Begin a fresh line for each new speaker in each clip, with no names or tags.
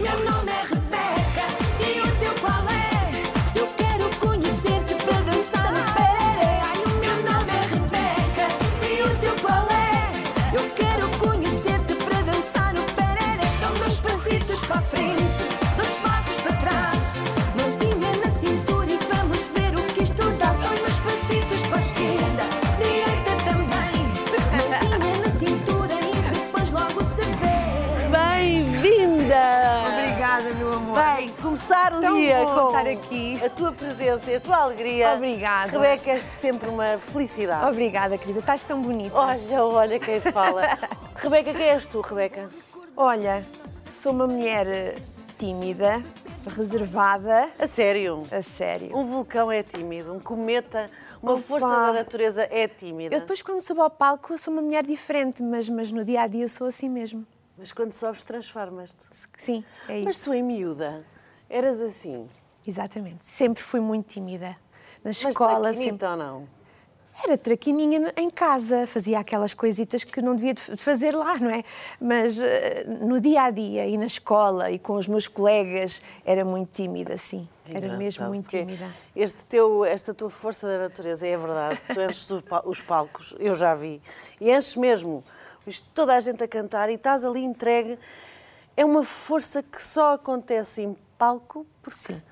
Meu nome é Rebeca e o teu qual é? Eu quero conhecer-te para dançar o pereré. Ai, o meu nome é Rebeca e o teu qual é? Eu quero conhecer-te para dançar o pereré. São dois passitos para a frente, dois passos para trás. Mãozinha na cintura e vamos ver o que isto dá. São dois passitos para a esquerda, direita também. Mãozinha na cintura e depois logo se vê.
Bem-vinda!
Obrigada, meu amor.
Bem, começar o
Tão
dia
bom
com
estar aqui.
a tua presença e a tua alegria.
Obrigada.
Rebeca, é sempre uma felicidade.
Obrigada, querida. Estás tão bonita.
Olha, olha quem se fala. Rebeca, quem és tu, Rebeca?
Olha, sou uma mulher eh, tímida, reservada,
A sério?
a sério.
Um vulcão é tímido, um cometa, uma
Opa.
força da natureza é tímida.
Eu depois, quando subo ao palco, eu sou uma mulher diferente, mas, mas no dia a dia eu sou assim mesmo.
Mas quando sobes, transformas-te.
Sim, é
Mas
isso.
tu, em miúda, eras assim.
Exatamente. Sempre fui muito tímida. Na
Mas
escola,
pequenita
sempre.
ou não?
Era traquininha em casa, fazia aquelas coisitas que não devia de f- de fazer lá, não é? Mas eh, no dia a dia e na escola e com os meus colegas era muito tímida, sim.
É
Era
engraçado,
mesmo muito
porque
tímida.
Este teu, esta tua força da natureza, é verdade. Tu enches o pa- os palcos, eu já vi. E enches mesmo. Isto, toda a gente a cantar e estás ali entregue. É uma força que só acontece em palco porque
Sim.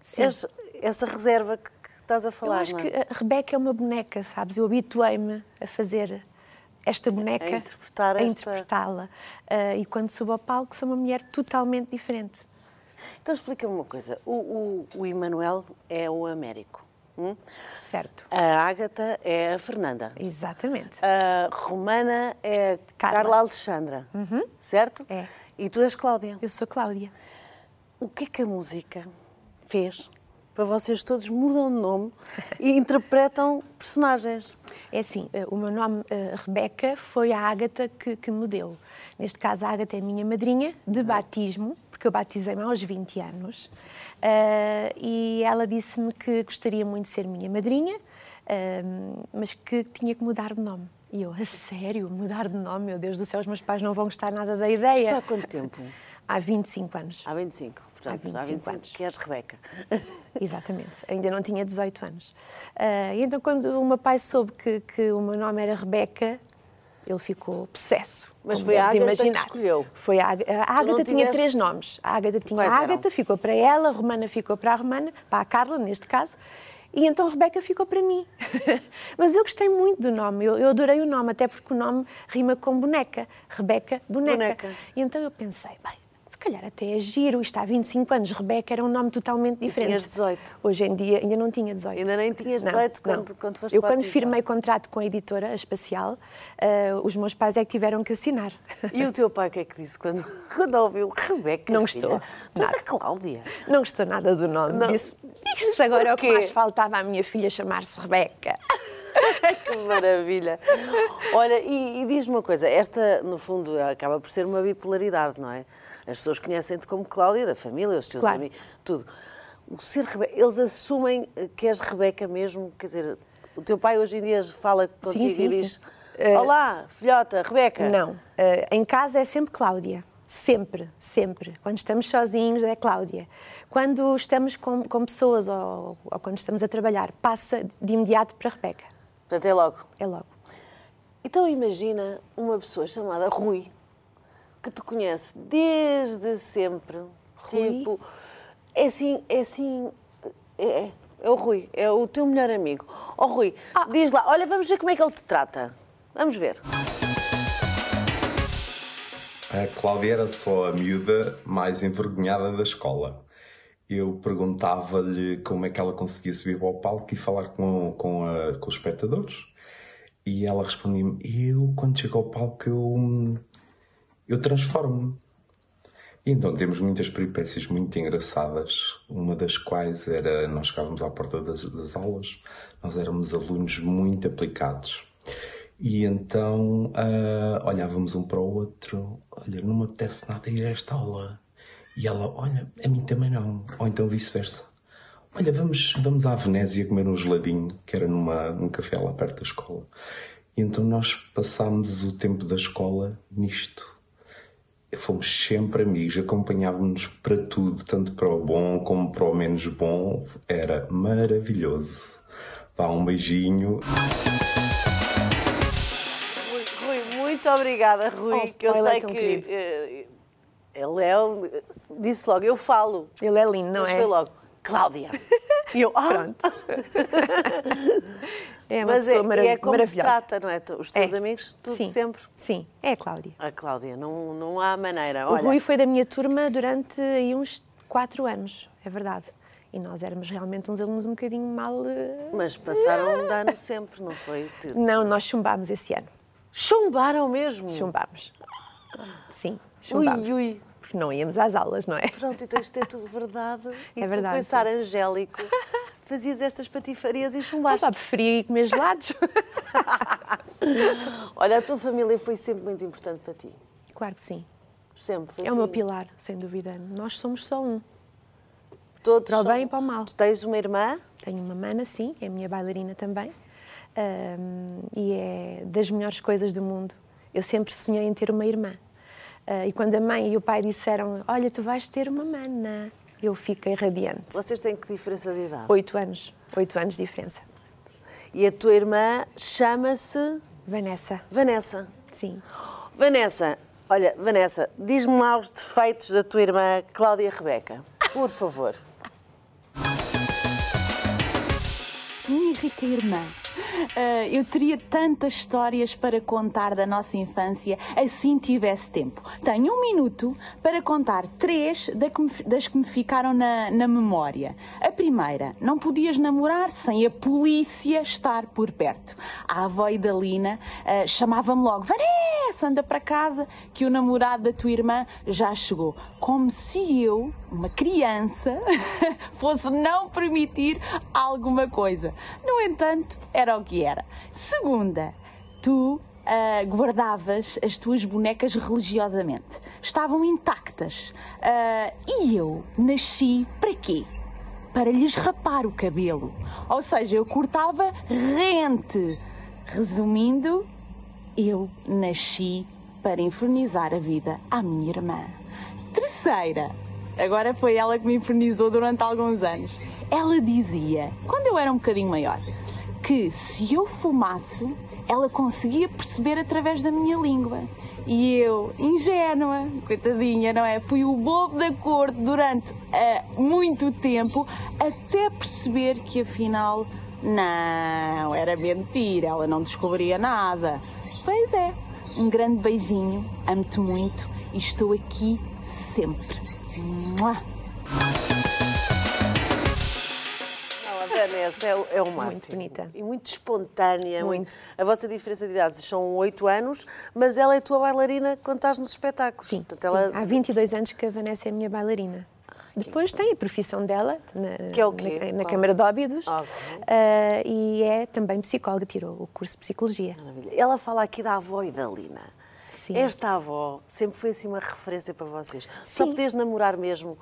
Sim.
és essa reserva que, que estás a
Eu
falar.
acho
não é?
que a Rebeca é uma boneca, sabes? Eu habituei-me a fazer esta boneca,
A interpretar
a
esta-
interpretá-la. Ah, e quando subo ao palco, sou uma mulher totalmente diferente.
Então explica-me uma coisa. O, o, o Emanuel é o Américo. hum?
Certo.
A Ágata é a Fernanda.
Exatamente.
A Romana é Carla,
Carla.
Alexandra. Certo?
É.
E tu és Cláudia.
Eu sou Cláudia.
O que é que a música fez para vocês todos mudam de nome e interpretam personagens?
É assim, eh, o meu nome, eh, Rebeca, foi a Ágata que, que me deu. Neste caso, a Ágata é a minha madrinha de batismo, porque eu batizei-me aos 20 anos. Ah, e ela disse-me que gostaria muito de ser minha madrinha, ahm, mas que tinha que mudar de nome. E eu, a sério, mudar de nome? Meu Deus do céu, os meus pais não vão gostar nada da
Isto
ideia.
há quanto tempo?
Há 25 anos,
É. Há 25. Portanto,
Há 25 anos.
que és Rebeca.
exatamente. Ainda não tinha 18 anos. Ah, e então, quando o meu pai soube que, que o meu nome era Rebeca, ele ficou possesso.
Mas
como
foi a
deves
Ágata que
imaginar.
escolheu.
Foi a, Ág- a
não
Ágata tinha
tiveste-
três nomes. A Ágata tinha
Quais
a
eram?
Ágata, ficou para ela, a Romana ficou para a Romana, para a Carla, neste caso. E então a Rebeca ficou para mim. Mas eu gostei muito do nome, eu, eu adorei o nome, até porque o nome rima com boneca. Rebeca, boneca.
Boneca.
E então eu pensei, bem, se calhar até é giro, isto há 25 anos, Rebeca era um nome totalmente diferente.
tinhas 18.
Hoje em dia ainda não tinha 18.
Ainda nem tinhas
Não,
18
não.
quando, quando foste
Eu
para a
quando
ativa.
firmei contrato com a editora, a Espacial, eh, os meus pais é que tiveram que assinar.
E o teu pai o que é que disse quando, quando ouviu Rebeca?
Não
filha,
gostou.
Tu és
Nada.
a Cláudia.
Não gostou nada do nome.
Não.
Disse, isso agora é o que
porquê?
mais faltava à minha filha chamar-se Rebeca.
que maravilha. Olha, e, e diz-me uma coisa, esta, no fundo, acaba por ser uma bipolaridade, não é? As pessoas conhecem-te como Cláudia, da família, os teus
Claro.
amigos, tudo. O ser Rebeca, eles assumem que és Rebeca mesmo, quer dizer, o teu pai hoje em dia fala contigo
sim,
e diz,
sim. Eh,
olá, filhota, Rebeca.
Não. eh, em casa é sempre Cláudia. Sempre, sempre. Quando estamos sozinhos é Cláudia. Quando estamos com, com pessoas ou, ou quando estamos a trabalhar, passa de imediato para Rebeca.
Portanto, é logo.
É logo.
Então imagina uma pessoa chamada Rui, que tu conhece desde sempre.
Rui?
Tipo, é assim, é assim, é, é, é o Rui, é o teu melhor amigo. Ó Rui, diz lá, olha, vamos ver como é que ele te trata. Vamos ver.
A Cláudia era só a miúda mais envergonhada da escola. Eu perguntava-lhe como é que ela conseguia subir para o palco e falar com, com, a- com os espectadores. E ela respondia-me: Eu, quando chego ao palco, eu, eu transformo-me. E então temos muitas peripécias muito engraçadas, uma das quais era nós chegávamos à porta das, das aulas, nós éramos alunos muito aplicados. E então ah, olhávamos um para o outro, olha, não me apetece nada ir a esta aula. E ela, olha, a mim também não. Ou então vice-versa. Olha, vamos, vamos à Venésia comer um geladinho, que era numa, num café lá perto da escola. E então nós passámos o tempo da escola nisto Fomos sempre amigos, acompanhávamos-nos para tudo, tanto para o bom como para o menos bom. Era maravilhoso. Vá, um beijinho.
Rui, Rui, muito obrigada, Rui,
Oh,
que eu
ele é
sei
tão
que
querido.
eh, ele é. o- Disse logo, eu falo.
Ele é lindo, não
Mas
é?
foi logo, Cláudia. E eu, ah,
Pronto. É uma
mas é,
pessoa mara-
e é como te
maravilhosa.
trata, não é? Tu- Os teus
É.
amigos, tu
Sim.
sempre.
Sim, é a Cláudia.
A Cláudia, não, não há maneira.
O
Olha,
Rui foi da minha turma durante aí uns quatro anos, é verdade. E nós éramos realmente uns alunos um bocadinho mal. eh,
Mas passaram um dano sempre, não foi? Te-
Não, nós chumbámos esse ano.
Chumbaram mesmo.
Chumbámos. Sim, chumbámos.
Ui, ui.
Porque não íamos às aulas, não é?
Pronto, então isto é tudo verdade. E
É verdade,
tu, pensar
sim.
angélico, fazias estas patifarias e
Ah,
chumbaste.
pá, preferia ir comer gelados.
Olha, a tua família foi sempre muito importante para ti.
claro que sim.
Sempre. Foi
É o meu
assim.
pilar, sem dúvida. Nós somos só um.
Todos
Para o
são-
bem e para o mal.
Tu tens uma irmã?
Tenho uma mana, sim, é a minha bailarina também. Ahm, e é das melhores coisas do mundo. Eu sempre sonhei em ter uma irmã. Ah, e quando a mãe e o pai disseram: Olha, tu vais ter uma mana, eu fiquei radiante.
Vocês têm que diferença de idade.
Oito anos, oito anos de diferença.
E a tua irmã chama-se
Vanessa,
Vanessa.
sim.
Vanessa, olha, Vanessa, diz-me lá os defeitos da tua irmã Cláudia Rebeca, por favor.
Minha rica irmã, ah, eu teria tantas histórias para contar da nossa infância assim tivesse tempo. Tenho um minuto para contar três da que me fi- das que me ficaram na, na memória. A primeira, não podias namorar sem a polícia estar por perto. A avó Idalina ah, chamava-me logo: Vanessa, anda para casa que o namorado da tua irmã já chegou. Como se eu, uma criança, fosse não permitir alguma coisa. No entanto, era o que era. Segunda, tu ah, guardavas as tuas bonecas religiosamente. Estavam intactas. Ah, e eu nasci para quê? Para lhes rapar o cabelo. Ou seja, eu cortava rente. Resumindo, eu nasci para infernizar a vida à minha irmã. Terceira, agora foi ela que me infernizou durante alguns anos. Ela dizia, quando eu era um bocadinho maior, que se eu fumasse, ela conseguia perceber através da minha língua. E eu, ingênua, coitadinha, não é? Fui o bobo da corte durante ah, muito tempo até perceber que afinal, não, era mentira, ela não descobria nada. Pois é, um grande beijinho, amo-te muito e estou aqui sempre. Mua!
Não, a Vanessa é, o- é o máximo.
bonita.
E muito espontânea.
Muito.
A vossa diferença de idades são oito anos, mas ela é tua bailarina quando estás nos espetáculos.
Sim,
Portanto, ela- Ah,
sim. Há 22 anos que a Vanessa é a minha bailarina. Depois tem a profissão dela, na,
Que é o quê?
na, na
Qual?
Câmara de Óbidos,
Ah, ok.
ah, e é também psicóloga, tirou o curso de Psicologia.
Maravilha. Ela fala aqui da avó e da Lina.
Sim.
Esta avó sempre foi assim uma referência para vocês. Só
Sim.
podias namorar mesmo,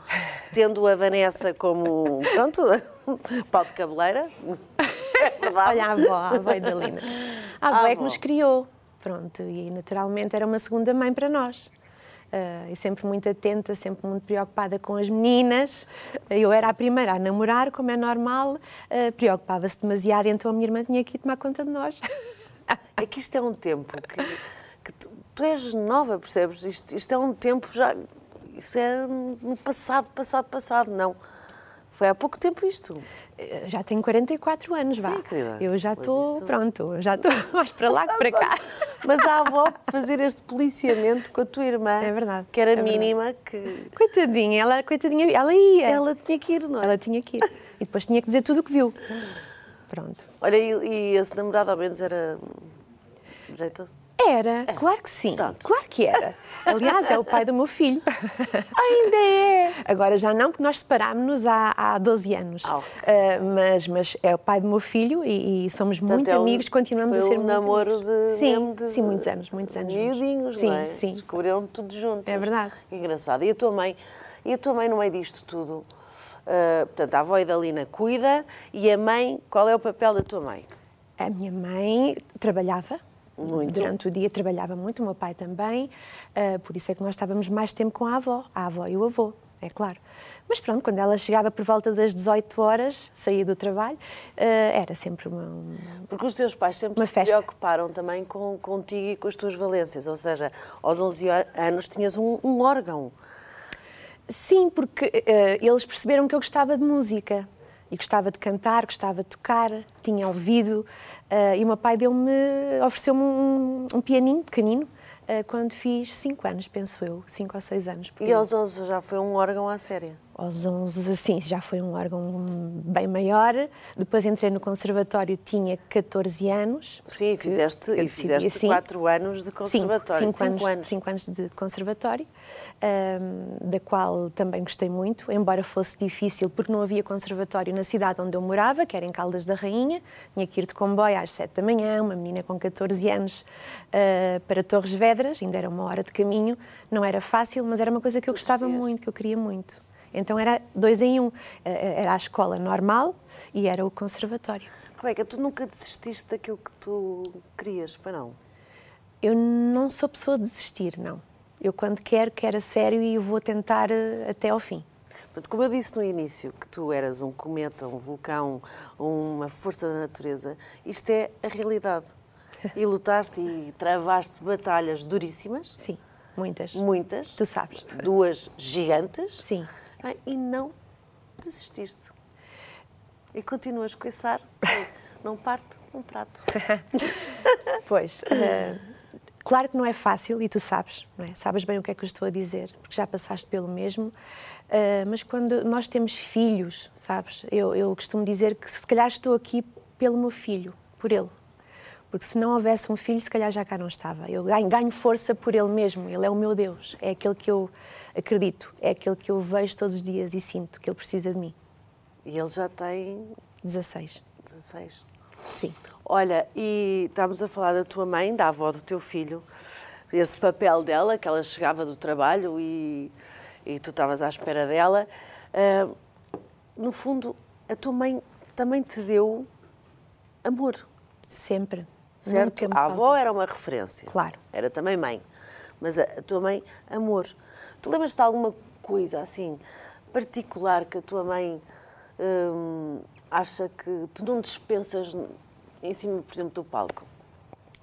tendo a Vanessa como, pronto, pau de cabeleira. É verdade.
Olha a avó, a avó Idalina. A avó é que
avó.
nos criou. Pronto, e naturalmente era uma segunda mãe para nós. Ah, e sempre muito atenta, sempre muito preocupada com as meninas. Eu era a primeira a namorar, como é normal, ah, preocupava-se demasiado, então a minha irmã tinha que ir tomar conta de nós. Ah,
É que isto é um tempo que, que tu, tu és nova, percebes? Isto, isto é um tempo já. Isso é no passado, passado, passado. Não. Foi há pouco tempo isto.
Eu já tenho 44 anos,
Sim,
vá.
querida.
Eu já
Pois
estou,
isso. Tá,
pronto, já estou mais para lá que para cá.
Mas a avó fazer este policiamento com a tua irmã,
É verdade,
que era
é verdade.
mínima, que
Coitadinha, ela, coitadinha, ela ia.
ela tinha que ir, não é?
Ela tinha que ir. E depois tinha que dizer tudo o que viu. Pronto.
Olha, e, e esse namorado ao menos era hum, jeitoso.
Era, claro que sim.
É. Pronto.
Claro que era. Aliás, é o pai do meu filho.
Ainda é!
Agora já não, porque nós separámos-nos há, há 12 anos.
Ah, ok.
Ah, mas, mas é o pai do meu filho e, e somos muito
é um-
amigos, continuamos a
foi
ser
um
muito
namoro
amigos.
de,
Sim,
mesmo de-
sim, muitos anos, muitos anos. juntos.
Miudinhos,
sim,
não é?
sim.
Descobriram tudo juntos.
É verdade.
Engraçado. E a tua mãe? E a tua mãe no meio disto tudo? Ah, portanto, a avó Idalina cuida e a mãe, qual é o papel da tua mãe?
A minha mãe trabalhava,
Muito.
durante o dia trabalhava muito, o meu pai também, ah, por isso é que nós estávamos mais tempo com a avó, a avó e o avô, é claro. Mas pronto, quando ela chegava por volta das 18 horas, saía do trabalho, ah, era sempre uma. um-
Porque os teus pais sempre
Uma
se
festa.
preocuparam também com, contigo e com as tuas valências. Ou seja, aos 11 a- anos tinhas um, um órgão.
Sim, porque eh, eles perceberam que eu gostava de música e gostava de cantar, gostava de tocar, tinha ouvido eh, e o meu pai deu-me, ofereceu-me um, um pianinho pequenino eh, quando fiz 5 anos, penso eu, 5 ou 6 anos. por
E
aí.
aos 11 já foi um órgão à séria.
aos 11, assim, já foi um órgão bem maior. Depois entrei no conservatório, tinha 14 anos.
Sim,
porque
fizeste,
eu
e
decidi
fizeste
assim.
quatro anos de conservatório.
Cinco, cinco, anos, cinco anos de conservatório, ahm, da qual também gostei muito, embora fosse difícil, porque não havia conservatório na cidade onde eu morava, que era em Caldas da Rainha. Tinha que ir de comboio às sete da manhã, uma menina com 14 anos, ah, para Torres Vedras, ainda era uma hora de caminho. Não era fácil, mas era uma coisa que eu gostava
dias.
muito, que eu queria muito. Então era dois em um. Ah, Era a escola normal e era o conservatório.
Rebeca, tu nunca desististe daquilo que tu querias, para não?
Eu não sou pessoa de desistir, não. Eu quando quero, quero a sério e vou tentar eh, até ao fim.
Portanto, como eu disse no início, que tu eras um cometa, um vulcão, uma força da natureza, isto é a realidade. E lutaste e travaste batalhas duríssimas,
Sim, muitas.
muitas,
Tu sabes.
duas gigantes,
Sim.
ah, e não desististe. E continuas com esse ar de que não parte um prato.
Pois. eh, claro que não é fácil e tu sabes, não é? Sabes bem o que é que eu estou a dizer, porque já passaste pelo mesmo. eh, mas quando nós temos filhos, sabes? Eu, eu costumo dizer que se calhar estou aqui pelo meu filho, por ele. Porque se não houvesse um filho, se calhar já cá não estava. Eu ganho, ganho força por ele mesmo. Ele é o meu Deus. É aquele que eu acredito. É aquele que eu vejo todos os dias e sinto que ele precisa de mim.
E ele já tem
16.
16.
Sim.
Olha, e estávamos a falar da tua mãe, da avó do teu filho, esse papel dela, que ela chegava do trabalho e, e tu estavas à espera dela. Ah, no fundo, a tua mãe também te deu amor,
Sempre.
certo?
Nunca me
A avó
faltou.
era uma referência.
Claro.
Era também mãe. Mas a, a tua mãe, amor. Tu lembras-te de alguma coisa assim particular que a tua mãe hum, acha que tu não dispensas n- em cima, por exemplo, do palco?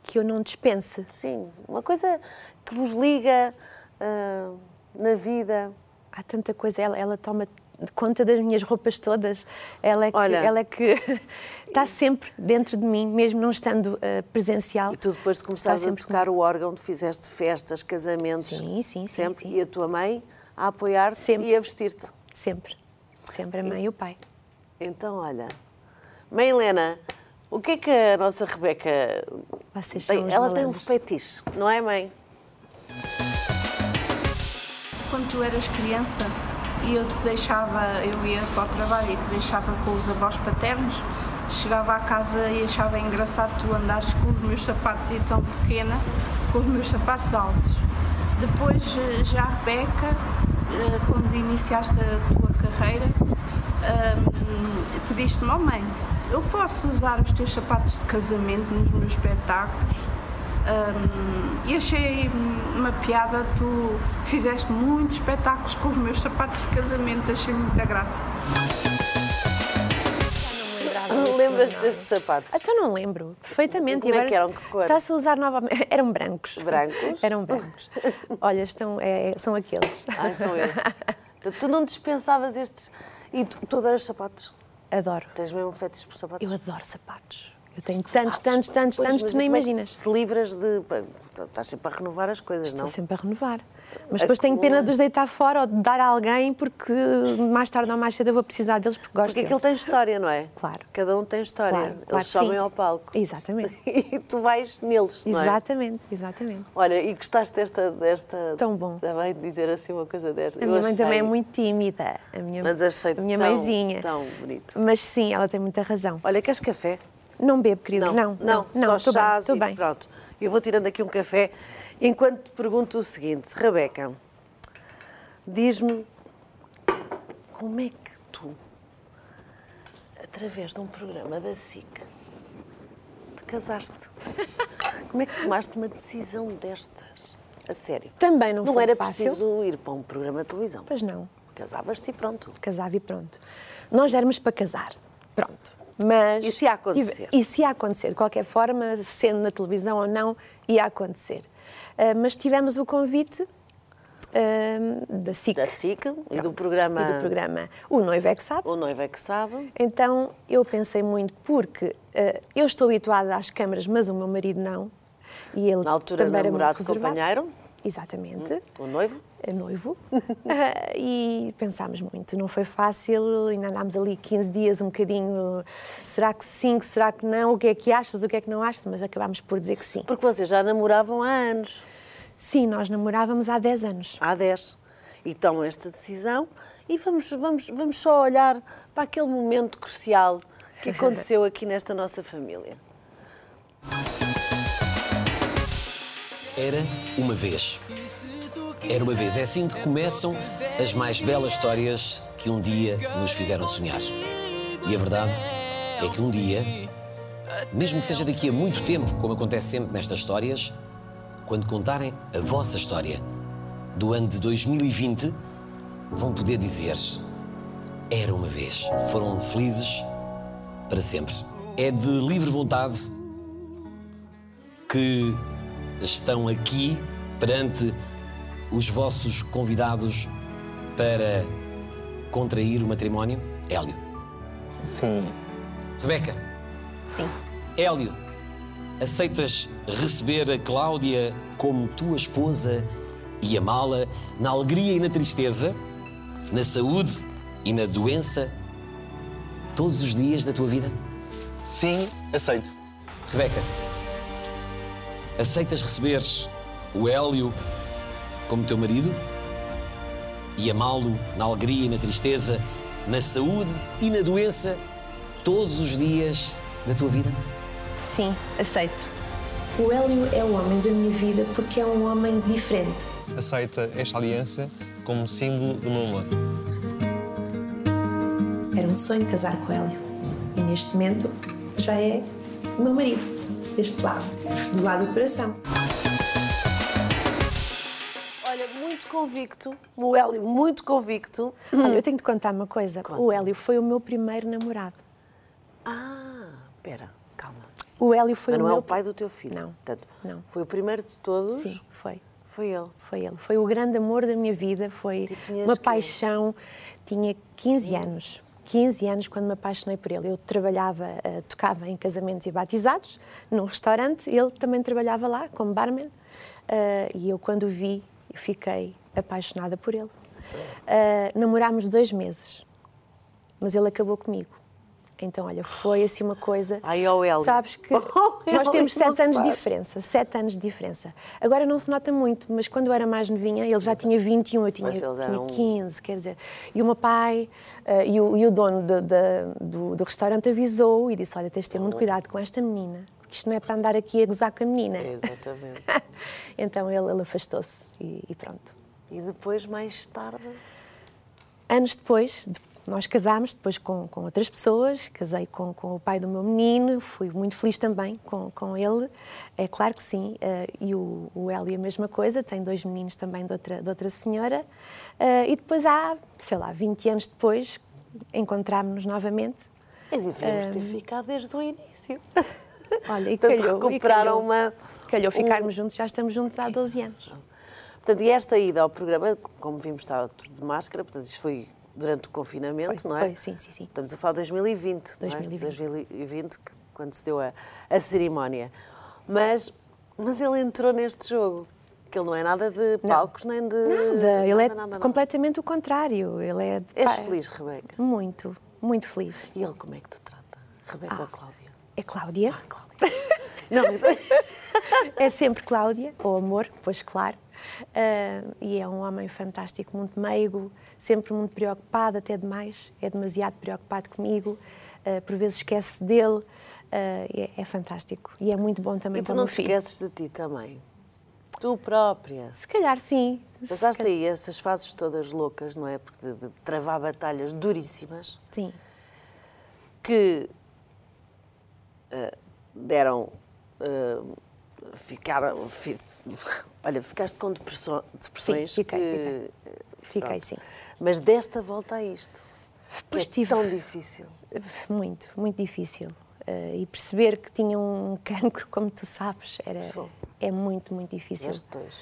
Que eu não dispense.
Sim, uma coisa que vos liga ah, na vida.
há tanta coisa. Ela, ela toma conta das minhas roupas todas. Ela é que,
Olha.
ela é que está sempre dentro de mim, mesmo não estando eh, presencial.
E tu depois de
Está
começares a
sempre
tocar o órgão, tu fizeste festas, casamentos.
Sim, sim, sim,
sempre.
sim.
E a tua mãe a apoiar-te
Sempre.
e a vestir-te.
Sempre. Sempre a mãe e o pai.
Então, olha, mãe Helena, o que é que a nossa Rebeca
Vocês são
tem?
os
Ela tem um
malandros.
fetiche, não é, mãe?
quando tu eras criança e eu te deixava, eu ia para o trabalho e te deixava com os avós paternos, chegava à casa e achava engraçado tu andares com os meus sapatos e tão pequena, com os meus sapatos altos. Depois, eh, já a Rebeca, eh, quando iniciaste a tua carreira, ahm, pediste-me, oh mãe, eu posso usar os teus sapatos de casamento nos meus espetáculos? Hum, e achei uma piada, tu fizeste muitos espetáculos com os meus sapatos de casamento, achei muita graça.
Lembras-te destes sapatos?
Até não lembro, perfeitamente.
Como é
E agora
que eram? Que cor?
Está-se a usar novamente. Eram brancos.
Brancos?
Eram brancos. Olha, estão, é, são aqueles.
Ai, são estes. Portanto, tu não dispensavas estes. E tu, tu adoras sapatos?
Adoro.
Tens mesmo um fetiche por sapatos?
Eu adoro sapatos. Eu tenho tantos, tantos, tantos,
Pois,
tantos,
mas
tu não
como é que
imaginas.
Te livras de. pá, tá, Estás sempre a renovar as coisas,
Estou
não?
sempre a renovar. Mas depois tenho
Acumula.
pena de os deitar fora ou de dar a alguém, porque mais tarde ou mais cedo eu vou precisar deles porque gosto
Porque aquilo tem
deles.
história, não é?
Claro.
Cada um tem história.
Claro,
Eles
claro que
sobem
sim.
ao palco.
Exatamente.
E tu vais neles, não é?
Exatamente, exatamente.
Olha, e gostaste desta. desta
Tão bom.
Também de dizer assim uma coisa desta.
A
Eu
minha mãe também é
achei-
muito tímida. A minha,
Mas achei
a minha
tão,
mãezinha.
tão bonito.
Mas sim, ela tem muita razão.
Olha, queres café?
Não bebo, querido. Não,
não,
não. não,
só
estou bem,
chás
estou
e
bem.
pronto. Eu vou tirando aqui um café enquanto te pergunto o seguinte, Rebeca, diz-me como é que tu, através de um programa da SIC, te casaste? Como é que tomaste uma decisão destas? A sério.
Também não foi
era
fácil.
preciso ir para um programa de televisão.
Pois não.
Casavas-te e pronto.
casava e pronto. Nós éramos para casar, pronto. Mas.
Isso ia acontecer.
Isso ia acontecer, de qualquer forma, sendo na televisão ou não, ia acontecer. Ah, mas tivemos o convite ah, da SIC.
Da SIC e do
Pronto,
programa.
E do programa O Noivo é que sabe.
O noivo é que sabe.
Então eu pensei muito, porque ah, eu estou habituada às câmaras, mas o meu marido não. E ele
Na altura,
também era muito
namorado,
reservado.
companheiro.
Exatamente
O noivo.
é noivo Ah, e pensámos muito. Não foi fácil, ainda andámos ali 15 dias, um bocadinho. Será que sim, que será que não? O que é que achas, o que é que não achas? Mas acabámos por dizer que sim.
Porque vocês já namoravam há anos.
Sim, nós namorávamos há 10 anos.
há 10 e tomam esta decisão e vamos, vamos, vamos só olhar para aquele momento crucial que aconteceu aqui nesta nossa família.
Era uma vez. Era uma vez. É assim que começam as mais belas histórias que um dia nos fizeram sonhar. E a verdade é que um dia, mesmo que seja daqui a muito tempo, como acontece sempre nestas histórias, quando contarem a vossa história do ano de 2020, vão poder dizer: Era uma vez. Foram felizes para sempre. É de livre vontade que estão aqui perante os vossos convidados para contrair o matrimónio? Hélio.
Sim,
Rebeca.
Sim.
Hélio, aceitas receber a Cláudia como tua esposa e amá-la na alegria e na tristeza, na saúde e na doença, todos os dias da tua vida?
sim, aceito.
Rebeca, aceitas receber o Hélio como teu marido e amá-lo na alegria e na tristeza, na saúde e na doença, todos os dias da tua vida?
Sim, aceito.
O Hélio é o homem da minha vida porque é um homem diferente.
Aceita esta aliança como símbolo do meu amor.
Era um sonho casar com o Hélio. E neste momento já é o meu marido, deste lado, do lado do coração.
Olha, muito convicto, o Hélio, muito convicto.
Olha, eu tenho de contar uma coisa. O Hélio foi o meu primeiro namorado.
Ah, espera, calma.
O Hélio foi
Mas
o
não é
meu
o pai do teu filho.
Não.
Portanto,
Não.
Foi o primeiro de todos.
Sim, foi.
Foi ele.
Foi ele. Foi o grande amor da minha vida. Foi
Tu Tipo, tinhas
uma
que-
paixão. Tinha 15 anos. 15 anos quando me apaixonei por ele. Eu trabalhava, eh, tocava em casamentos e batizados, num restaurante. Ele também trabalhava lá, como barman. Eh, e eu, quando o vi, eu fiquei apaixonada por ele. Eh, namorámos dois meses, mas ele acabou comigo. Então, olha, foi assim uma coisa.
Ai, ó, Hélio.
Sabes que
Oh,
nós
Hélio,
temos
isso não
sete
se
anos de
faz.
diferença, sete anos de diferença. Agora não se nota muito, mas quando eu era mais novinha, ele já tinha 21, eu tinha,
Mas eles
tinha
eram-
15, quer dizer. E o meu pai eh, e, o, e o dono da- da- do, do restaurante avisou e disse, olha, tens de ter muito cuidado com esta menina, porque isto não é para andar aqui a gozar com a menina.
Exatamente.
então ele, ele afastou-se e, e pronto.
E depois, mais tarde,
Anos depois, de- nós casámos depois com, com outras pessoas, casei com, com o pai do meu menino, fui muito feliz também com, com ele, é claro que sim. eh, e o, o Hélio a mesma coisa, tem dois meninos também de outra, de outra senhora. eh, e depois há, sei lá, 20 anos depois, encontrámos-nos novamente. Eh,
e devíamos ter ficado desde o início.
Olha, e
eh, Portanto,
calhou, e
recuperaram
calhou,
uma-
Calhou
um-
ficarmos juntos, já estamos juntos há 12 anos.
Portanto, e esta ida ao programa, como vimos, estava tudo de máscara, portanto, isto foi durante o confinamento,
Foi,
não é?
foi, sim, sim, sim.
Estamos a falar de 2020, não é?
2020.
2020, que- quando se deu a, a cerimónia. Mas, mas ele entrou neste jogo, que ele não é nada de palcos, nem de.
Nada, ele é
nada, nada.
completamente o contrário. Ele é de
És
pá-
feliz, Rebeca.
Muito, muito feliz.
E ele como é que te trata? Rebeca ou Cláudia?
É Cláudia.
Cláudia. não, eu tô-
É sempre Cláudia, ou amor, pois claro. Ah, e é um homem fantástico, muito meigo, sempre muito preocupado, até demais. É demasiado preocupado comigo, ah, por vezes esquece dele. Ah, e é, é fantástico. E é muito bom também
E tu
para o
não
meu
te
filho.
esqueces de ti também. Tu própria.
Se calhar sim. Se
Passaste
calhar-
aí essas fases todas loucas, não é? Porque de, de travar batalhas duríssimas
Sim,
que eh, deram eh, ficar. fi- olha, ficaste com depressão- depressões.
Sim, fiquei,
que-
Fiquei,
pronto.
sim.
Mas desta volta a isto. que
Pois
é
tive.
tão difícil.
Muito, muito difícil. Eh, e perceber que tinha um cancro, como tu sabes, era, é muito, muito difícil.
Tiveste dois.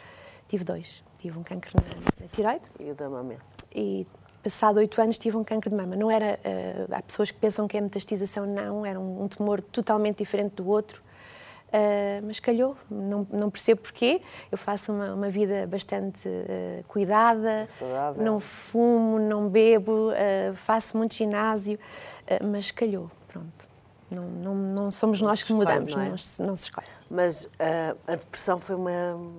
Tive dois. Tive um cancro na, na tireoide
E o da mamãe.
e passado oito anos tive um cancro de mama. Não era, eh, há pessoas que pensam que é metastização, não, era um, um tumor totalmente diferente do outro. Eh, mas calhou, não, não percebo porquê. Eu faço uma, uma vida bastante eh, cuidada,
Saudável.
não fumo, não bebo, eh, faço muito ginásio, eh, mas calhou, pronto. Não, não, não somos nós
se
que
escolhe,
mudamos,
não
não,
é?
se, não se escolhe.
Mas ah, a depressão foi uma,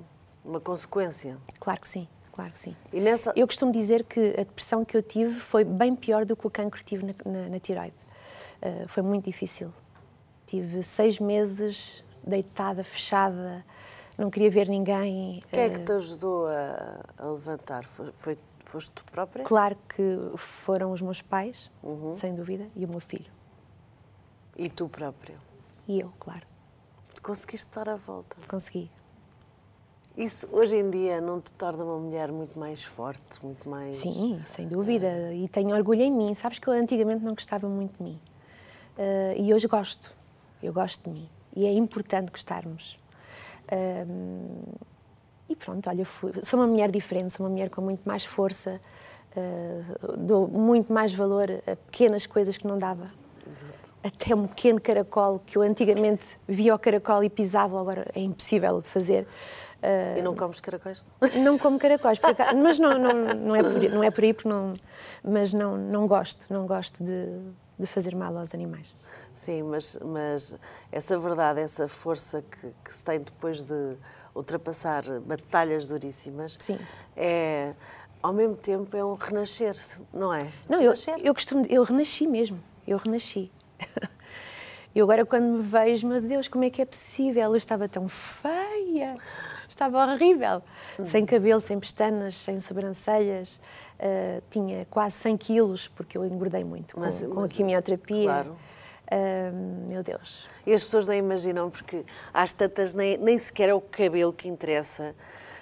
uma consequência.
Claro que sim, claro que sim.
E nessa-
Eu costumo dizer que a depressão que eu tive foi bem pior do que o cancro que tive na, na, na tireoide. Uh, foi muito difícil. Tive seis meses deitada, fechada, não queria ver ninguém.
Quem é
Uh,
que te ajudou a, a levantar? Foi, foi- foste tu própria?
Claro que foram os meus pais,
Uhum.
sem dúvida, e o meu filho.
E tu própria.
E eu, claro,
Conseguiste dar a volta.
consegui.
Isso hoje em dia não te torna uma mulher muito mais forte, muito mais.
Sim, sem dúvida. E tenho orgulho em mim. Sabes que eu antigamente não gostava muito de mim. Eh, e hoje gosto. Eu gosto de mim. E é importante gostarmos. Ahm, e pronto, olha, eu fui- sou uma mulher diferente, sou uma mulher com muito mais força, eh, dou muito mais valor a pequenas coisas que não dava. Até um pequeno caracol que eu antigamente via o caracol e pisava, agora é impossível de fazer. Ah,
E não comes caracóis?
não como caracóis, por acaso, mas não, não, não, é por, não é por aí, porque não, mas não, não gosto, não gosto de, de fazer mal aos animais.
Sim, mas, mas essa verdade, essa força que, que se tem depois de ultrapassar batalhas duríssimas,
Sim.
é ao mesmo tempo é um renascer-se, não é?
Não, eu, eu costumo, eu renasci mesmo, eu renasci. E agora quando me vejo, meu Deus, como é que é possível? Eu estava tão feia, estava horrível. Sem cabelo, sem pestanas, sem sobrancelhas, ah, tinha quase 100 quilos, porque eu engordei muito com,
Mas-
com
mas-
a quimioterapia.
claro.
Ah, meu Deus.
E as pessoas nem imaginam, porque às tantas nem, nem sequer é o cabelo que interessa,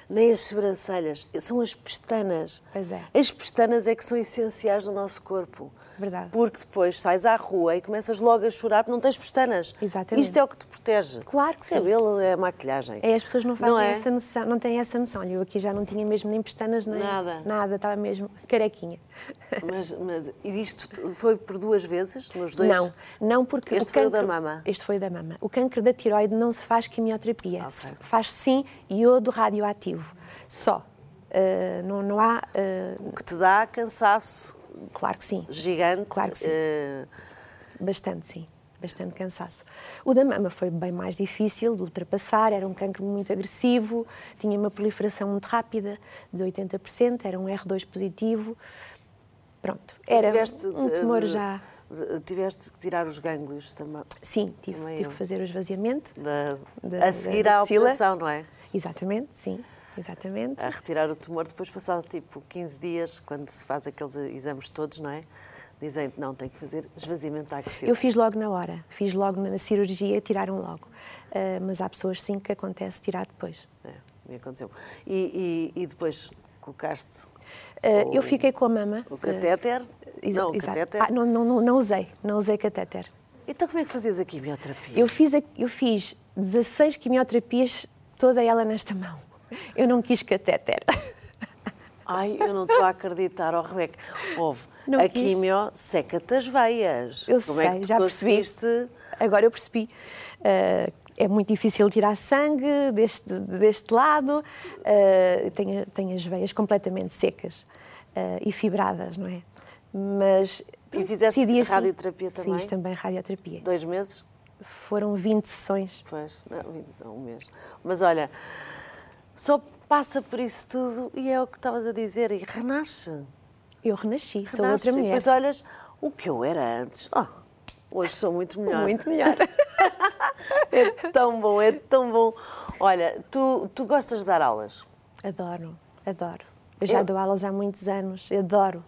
nem as sobrancelhas, são as pestanas.
Pois é.
As pestanas é que são essenciais no nosso corpo.
Verdade.
Porque depois sais à rua e começas logo a chorar porque não tens pestanas.
Exatamente.
Isto é o que te protege.
Claro que sim.
Cabelo é maquilhagem.
É, as pessoas não fazem
é?
essa noção, não têm essa noção. Olha, eu aqui já não tinha mesmo nem pestanas, nem
Nada.
Nada, estava mesmo carequinha.
Mas, mas e isto tu- foi por duas vezes? Nos dois?
Não, não porque
Este
o
foi o
cancro,
da mama?
Este foi o da mama. O cancro da tiroide não se faz quimioterapia.
Ah, Ok.
Se Faz sim iodo radioativo. Só. Ah, não, não há. ah,
O que te dá cansaço
claro que sim.
gigante.
Claro que sim.
eh,
Bastante, sim. Bastante cansaço. O da mama foi bem mais difícil de ultrapassar, era um cancro muito agressivo, tinha uma proliferação muito rápida, de 80%, era um R2 positivo. Pronto, era
Tiveste
um
de-
tumor
de-
já.
de- Tiveste que tirar os gânglios também.
Sim, tive,
Também
tive
eu.
que fazer o esvaziamento.
da-
Da-
a seguir
da
à
axila.
operação, não é?
Exatamente, sim, exatamente.
A retirar o tumor, depois passado tipo 15 dias, quando se faz aqueles exames todos, não é? Dizem que não, tem que fazer esvaziamento da axila.
Eu fiz logo na hora, fiz logo na cirurgia, tiraram logo. Ah, mas há pessoas, sim, que acontece tirar depois.
É, me aconteceu. E, e- e depois colocaste
Ah,
O-
eu fiquei com a mama.
o
ah,
catéter.
exa-
não, o
exato.
catéter.
Ah, não, não, não, não usei, não usei catéter.
Então como é que fazias a quimioterapia?
Eu fiz, a- eu fiz 16 quimioterapias, toda ela nesta mão. Eu não quis catéter.
Ai, eu não estou a acreditar, ó Rebeca. Houve,
Não
a
quis.
quimio seca-te as veias.
Eu
Como
sei,
é que tu
já percebi.
conseguiste?
Agora eu percebi. Ah, é muito difícil tirar sangue deste, deste lado. Ah, tenho, tenho as veias completamente secas ah, e fibradas, não é? Mas. pronto,
fizeste
decidi assim.
radioterapia também?
Fiz também radioterapia.
Dois meses?
Foram 20 sessões.
Pois, não, não, um mês. Mas olha, só passa por isso tudo e é o que estavas a dizer, e renasce.
Eu renasci, sou
renasce.
outra
E
mulher.
depois olhas, o que eu era antes, oh, hoje sou muito melhor.
Muito melhor.
É tão bom, é tão bom. Olha, tu, tu gostas de dar aulas?
Adoro, adoro. Eu já
Eu-
dou aulas há muitos anos, adoro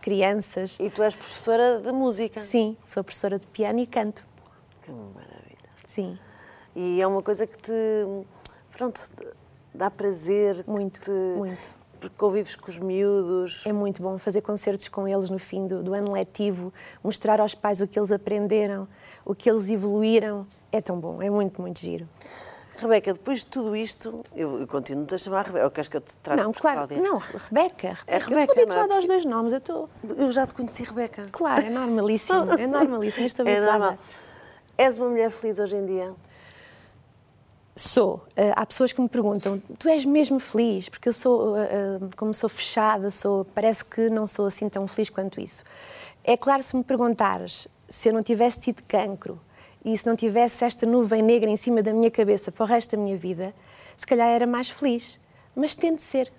crianças.
E tu és professora de música.
Sim, sou professora de piano e canto.
Que maravilha.
Sim.
E é uma coisa que te pronto, dá prazer. que
Muito,
te-
muito.
Porque convives com os miúdos.
É muito bom fazer concertos com eles no fim do, do ano letivo, mostrar aos pais o que eles aprenderam, o que eles evoluíram. É tão bom, é muito, muito giro.
Rebeca, depois de tudo isto, eu, eu continuo-te a chamar Rebeca, ou queres que eu te trate
não,
por
claro,
Cláudia?
não, Rebeca, Rebeca.
É
eu
Rebeca,
estou
não é?
habituada aos dois nomes, eu estou.
Eu já te conheci, Rebeca.
Claro, é normalíssimo, é normalíssimo, eu estou
É
habituada.
normal. És uma mulher feliz hoje em dia?
Sou. Eh, há pessoas que me perguntam: tu és mesmo feliz? Porque eu sou, eh, eh, como sou fechada, sou, parece que não sou assim tão feliz quanto isso. É claro, se me perguntares se eu não tivesse tido cancro e se não tivesse esta nuvem negra em cima da minha cabeça para o resto da minha vida, se calhar era mais feliz. Mas tento ser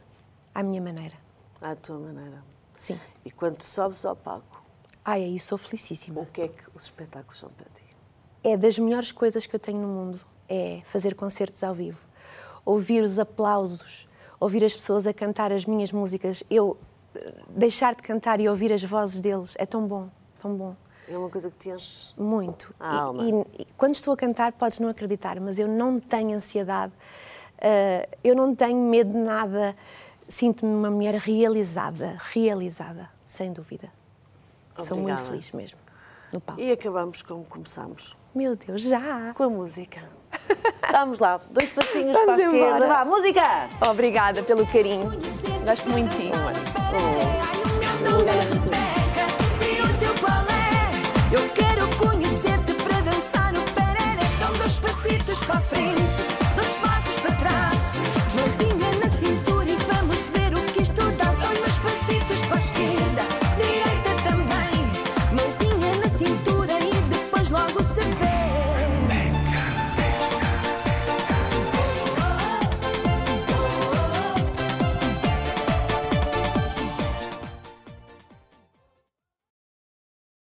à minha maneira.
À tua maneira.
Sim.
E quando sobes ao palco,
Ai, aí sou felicíssima.
o que é que os espetáculos são para ti?
é das melhores coisas que eu tenho no mundo é fazer concertos ao vivo ouvir os aplausos ouvir as pessoas a cantar as minhas músicas eu eh, deixar de cantar e ouvir as vozes deles é tão bom tão bom
É uma coisa que te enche.
muito
A
E-
alma.
e- e quando estou a cantar podes não acreditar mas eu não tenho ansiedade eh, eu não tenho medo de nada sinto-me uma mulher realizada realizada sem dúvida sou muito
Obrigada.
feliz mesmo no palco
E acabamos como começamos.
meu Deus já
Com a música. Vamos lá, dois passinhos
Vamos
para a esquerda.
embora.
Vá, música!
Obrigada pelo carinho. Gosto muito de ti.
Ai, o meu nome é Rebeca
é.